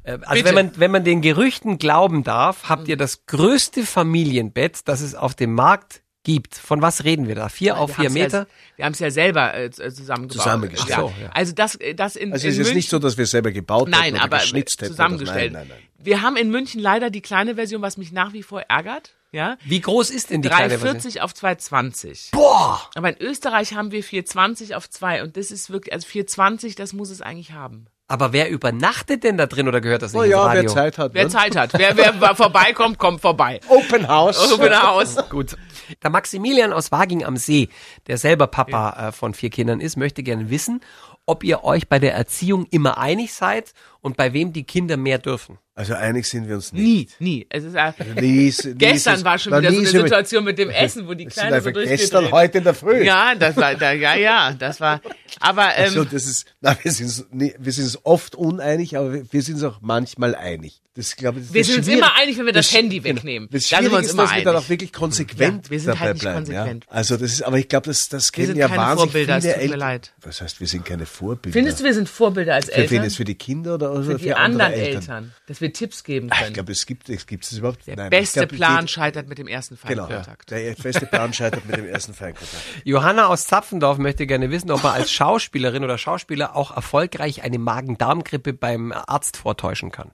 Speaker 1: Äh, Also
Speaker 2: Bitte. Mhm.
Speaker 1: wenn man, wenn man den Gerüchten glauben darf, habt ihr das größte Familienbett, das es auf dem Markt gibt. Von was reden wir da? Vier auf
Speaker 2: Wir
Speaker 1: vier
Speaker 2: haben's ja-
Speaker 1: Meter?
Speaker 2: wir haben es ja selber äh, z- äh, zusammengebaut.
Speaker 3: Zusammengestellt.
Speaker 2: Ja.
Speaker 1: Ach so, ja.
Speaker 2: Also das, äh, das in,
Speaker 3: Also
Speaker 2: in
Speaker 3: es ist
Speaker 2: München,
Speaker 3: nicht so, dass wir selber gebaut
Speaker 2: Nein,
Speaker 3: hätten oder
Speaker 2: aber äh,
Speaker 3: geschnitzt hätten. oder-
Speaker 2: zusammengestellt.
Speaker 3: Nein, nein, nein.
Speaker 2: Wir haben in München leider die kleine Version, was mich nach wie vor ärgert. Ja,
Speaker 1: Wie groß ist denn die kleine Version?
Speaker 2: 340 auf 220.
Speaker 1: Boah!
Speaker 2: Aber in Österreich haben wir 420 auf 2 und das ist wirklich, also 420, das muss es eigentlich haben.
Speaker 1: Aber wer übernachtet denn da drin oder gehört das nicht
Speaker 3: Oh
Speaker 1: ins
Speaker 3: ja,
Speaker 1: Radio?
Speaker 3: wer Zeit hat.
Speaker 2: Wer
Speaker 3: ne?
Speaker 2: Zeit hat, wer, wer vorbeikommt,
Speaker 3: [laughs]
Speaker 2: kommt vorbei.
Speaker 3: Open House.
Speaker 2: Open House.
Speaker 1: Gut. Der Maximilian aus Waging am See, der selber Papa äh, von vier Kindern ist, möchte gerne wissen, ob ihr euch bei der Erziehung immer einig seid und bei wem die Kinder mehr dürfen.
Speaker 3: Also einig sind wir uns nicht.
Speaker 2: Nie, nie. Es ist, äh,
Speaker 3: Nie ist- nie ist
Speaker 2: gestern
Speaker 3: es-
Speaker 2: war schon
Speaker 3: Na,
Speaker 2: wieder
Speaker 3: nie
Speaker 2: so eine
Speaker 3: ist es- [laughs]
Speaker 2: Situation mit dem Essen, wo die
Speaker 3: Das sind
Speaker 2: Kleine so
Speaker 3: einfach
Speaker 2: durchgedreht
Speaker 3: gestern, heute in der Früh.
Speaker 2: Ja, das war, da, ja, ja, das war, aber, ähm,
Speaker 3: Also das ist, na, wir sind nee, wir sind oft uneinig, aber wir- wir sind uns auch manchmal einig. Das, glaube ich, das
Speaker 2: wir
Speaker 3: ist
Speaker 2: sind uns
Speaker 3: schwierig.
Speaker 2: immer einig, wenn wir das
Speaker 3: Sch-
Speaker 2: Handy
Speaker 3: genau.
Speaker 2: wegnehmen.
Speaker 3: Das
Speaker 2: da sind
Speaker 3: Schwierige
Speaker 2: wir uns
Speaker 3: ist,
Speaker 2: immer
Speaker 3: dass wir dann
Speaker 2: einig.
Speaker 3: auch wirklich konsequent
Speaker 2: Ja, wir sind
Speaker 3: dabei
Speaker 2: halt nicht
Speaker 3: bleiben.
Speaker 2: konsequent.
Speaker 3: Ja. Also das ist, aber ich glaube, das, das kennen
Speaker 2: sind
Speaker 3: ja
Speaker 2: keine
Speaker 3: wahnsinnig
Speaker 2: Vorbilder, es
Speaker 3: viele
Speaker 2: tut mir
Speaker 3: Eltern.
Speaker 2: leid.
Speaker 3: Was heißt, wir sind keine Vorbilder?
Speaker 2: Findest du, wir sind Vorbilder als
Speaker 3: für wen
Speaker 2: Eltern?
Speaker 3: ist für die Kinder oder oder
Speaker 2: Für die
Speaker 3: andere
Speaker 2: anderen Eltern. dass wir Tipps geben
Speaker 3: Ah,
Speaker 2: können.
Speaker 3: Ich glaube, es gibt es gibt's das überhaupt.
Speaker 2: Der
Speaker 3: Nein, ich
Speaker 2: beste
Speaker 3: glaub, die-
Speaker 2: Plan scheitert mit dem ersten
Speaker 3: Genau.
Speaker 2: Feindkontakt.
Speaker 3: Der beste Plan scheitert mit dem ersten
Speaker 2: [laughs]
Speaker 3: Feinkontakt.
Speaker 1: Johanna aus Zapfendorf möchte gerne wissen, ob man als Schauspielerin oder Schauspieler auch erfolgreich eine Magen-Darm-Grippe beim Arzt vortäuschen kann.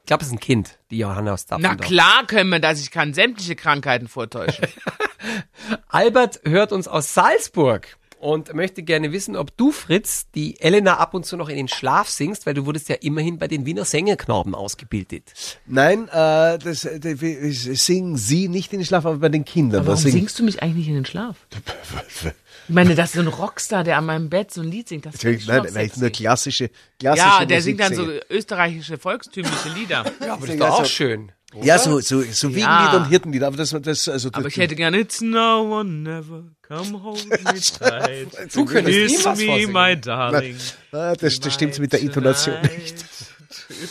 Speaker 1: Ich glaube, es ist ein Kind, die Johanna aus
Speaker 2: Na
Speaker 1: Zapfendorf.
Speaker 3: genau.
Speaker 2: klar können wir das, ich kann sämtliche
Speaker 3: [laughs]
Speaker 2: Krankheiten vortäuschen.
Speaker 1: Albert hört uns aus Salzburg und möchte gerne wissen, ob du, Fritz, die Elena ab und zu noch in den Schlaf singst, weil du wurdest ja immerhin bei den Wiener Sängerknaben ausgebildet.
Speaker 3: Nein, äh, das, äh, die- wir- wir singen sie nicht in den Schlaf, aber bei den Kindern.
Speaker 2: Aber warum
Speaker 3: da singen-
Speaker 2: singst du mich eigentlich nicht in den Schlaf? Ich meine, das ist so ein Rockstar, der an meinem Bett so ein Lied singt.
Speaker 3: [laughs]
Speaker 2: Das
Speaker 3: Natürlich,
Speaker 2: ist
Speaker 3: nein,
Speaker 2: schon
Speaker 3: weil ich
Speaker 2: sexy.
Speaker 3: nur klassische, klassische
Speaker 2: Ja, der
Speaker 3: Musik
Speaker 2: singt dann so
Speaker 3: singe.
Speaker 2: österreichische volkstümliche Lieder.
Speaker 3: [laughs]
Speaker 1: Ja, aber
Speaker 3: das ist doch auch
Speaker 1: schön.
Speaker 3: Ja, so, so, so Wiegenlieder und Hirtenlieder, aber das, das, also,
Speaker 2: Aber
Speaker 3: das,
Speaker 2: ich hätte gerne It's no one never
Speaker 3: [laughs]
Speaker 2: come home me tight.
Speaker 1: Du könntest ihm
Speaker 2: Kiss
Speaker 1: was
Speaker 2: me my
Speaker 1: vorsingen.
Speaker 2: darling.
Speaker 3: ah, das, das stimmt mit der Intonation nicht.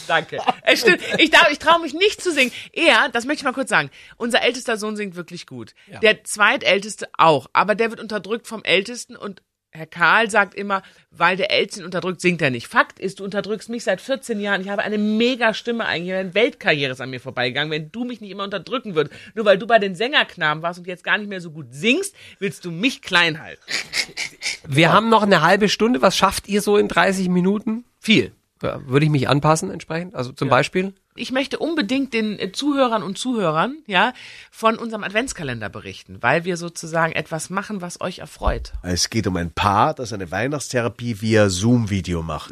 Speaker 2: Danke. Es stimmt. Ich, darf- ich traue mich nicht zu singen. Er, das möchte ich mal kurz sagen, unser ältester Sohn singt wirklich gut. Der zweitälteste auch, aber der wird unterdrückt vom Ältesten und Herr Karl sagt immer, weil der Älteste ihn unterdrückt, singt er nicht. Fakt ist, du unterdrückst mich seit 14 Jahren. Ich habe eine mega Stimme eigentlich. Eine Weltkarriere ist an mir vorbeigegangen. Wenn du mich nicht immer unterdrücken würdest, nur weil du bei den Sängerknaben warst und jetzt gar nicht mehr so gut singst, willst du mich klein halten.
Speaker 1: Wir haben noch eine halbe Stunde. Was schafft ihr so in 30 Minuten?
Speaker 2: Viel.
Speaker 1: Ja, würde ich mich anpassen entsprechend? Also zum Beispiel?
Speaker 2: ich möchte unbedingt den äh, Zuhörern und Zuhörern ja von unserem Adventskalender berichten, weil wir sozusagen etwas machen, was euch erfreut.
Speaker 3: Es geht um ein Paar, das eine Weihnachtstherapie via Zoom-Video macht.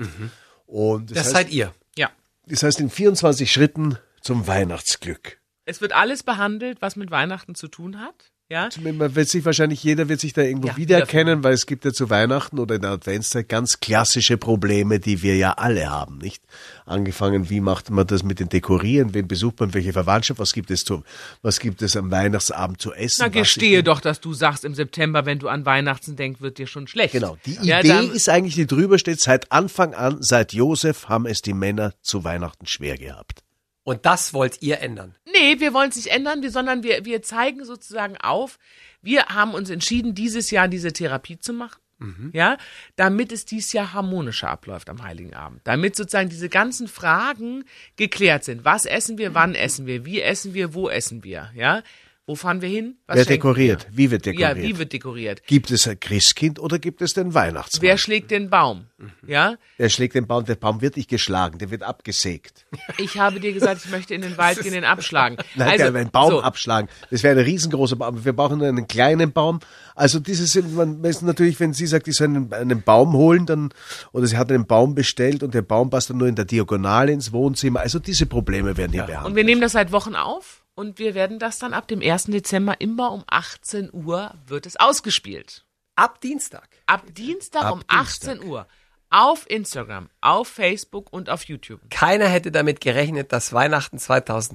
Speaker 3: Und Mhm. das, heißt,
Speaker 1: ihr.
Speaker 2: Ja.
Speaker 3: das heißt, in 24 Schritten zum Weihnachtsglück.
Speaker 2: Es wird alles behandelt, was mit Weihnachten zu tun hat. Ja.
Speaker 3: Man wird sich wahrscheinlich, jeder wird sich da irgendwo
Speaker 2: Ja,
Speaker 3: wiedererkennen, weil es gibt ja zu Weihnachten oder in der Adventszeit ganz klassische Probleme, die wir ja alle haben, nicht? Angefangen, wie macht man das mit den Dekorieren? Wen besucht man? Welche Verwandtschaft? Was gibt es zu, was gibt es am Weihnachtsabend zu essen?
Speaker 2: Na,
Speaker 3: Was ist
Speaker 2: gestehe doch, dass du sagst, im September, wenn du an Weihnachten denkst, wird dir schon schlecht.
Speaker 3: Genau. Die
Speaker 2: ja,
Speaker 3: Idee
Speaker 2: dann-
Speaker 3: ist eigentlich, die drüber steht, seit Anfang an, seit Josef haben es die Männer zu Weihnachten schwer gehabt.
Speaker 1: Und das wollt ihr ändern.
Speaker 2: Nee, wir wollen es nicht ändern, wir, sondern wir, wir zeigen sozusagen auf, wir haben uns entschieden, dieses Jahr diese Therapie zu machen.
Speaker 3: Mhm.
Speaker 2: Ja, damit es dieses Jahr harmonischer abläuft am Heiligen Abend. Damit sozusagen diese ganzen Fragen geklärt sind. Was essen wir, wann essen wir, wie essen wir, wo essen wir, ja? Wo fahren wir hin? Was
Speaker 3: Wer
Speaker 2: schenken
Speaker 3: dekoriert? Wie wird
Speaker 2: Wir? Ja,
Speaker 3: dekoriert?
Speaker 2: wie wird dekoriert?
Speaker 3: gibt es ein Christkind oder gibt es den Weihnachtsmann?
Speaker 2: Wer schlägt den Baum?
Speaker 3: Mhm.
Speaker 2: Ja?
Speaker 3: Er schlägt den Baum, der Baum wird nicht geschlagen, der wird abgesägt.
Speaker 2: Ich habe dir gesagt, ich möchte in
Speaker 3: [laughs]
Speaker 2: den Wald gehen, den abschlagen.
Speaker 3: Nein, also, der einen Baum
Speaker 2: so.
Speaker 3: abschlagen. Das wäre ein riesengroßer Baum. Wir brauchen einen kleinen Baum. Also dieses sind, man ist natürlich, wenn sie sagt, ich soll einen, einen Baum holen, dann oder sie hat einen Baum bestellt und der Baum passt dann nur in der Diagonale ins Wohnzimmer. Also diese Probleme werden hier
Speaker 2: Und
Speaker 3: behandelt.
Speaker 2: wir nehmen das seit Wochen auf und wir werden das dann ab dem 1. Dezember immer um 18 Uhr wird es ausgespielt.
Speaker 1: Ab Dienstag.
Speaker 2: Ab Dienstag
Speaker 3: Ab
Speaker 2: um 18 Uhr auf Instagram, auf Facebook und auf YouTube.
Speaker 1: Keiner hätte damit gerechnet, dass Weihnachten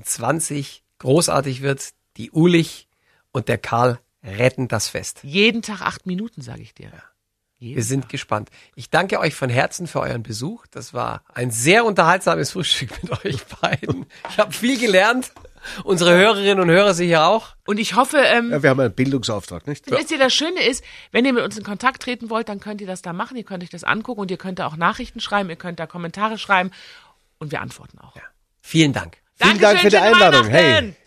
Speaker 1: 2020 großartig wird. Die Ulich und der Karl retten das Fest.
Speaker 2: Jeden Tag acht Minuten, sage ich dir.
Speaker 1: Wir sind gespannt. Ich danke euch von Herzen für euren Besuch. Das war ein sehr unterhaltsames Frühstück mit euch beiden. Ich habe viel gelernt. Unsere Hörerinnen und Hörer sicher auch.
Speaker 2: Und ich hoffe, ähm,
Speaker 3: Ja, wir haben einen Bildungsauftrag, nicht?
Speaker 2: wisst ihr, das Schöne ist, wenn ihr mit uns in Kontakt treten wollt, dann könnt ihr das da machen, ihr könnt euch das angucken und ihr könnt da auch Nachrichten schreiben, ihr könnt da Kommentare schreiben und wir antworten auch.
Speaker 1: Vielen Dank.
Speaker 3: Vielen Dank für die
Speaker 2: schöne
Speaker 3: Einladung. Hey.
Speaker 2: Weihnachten!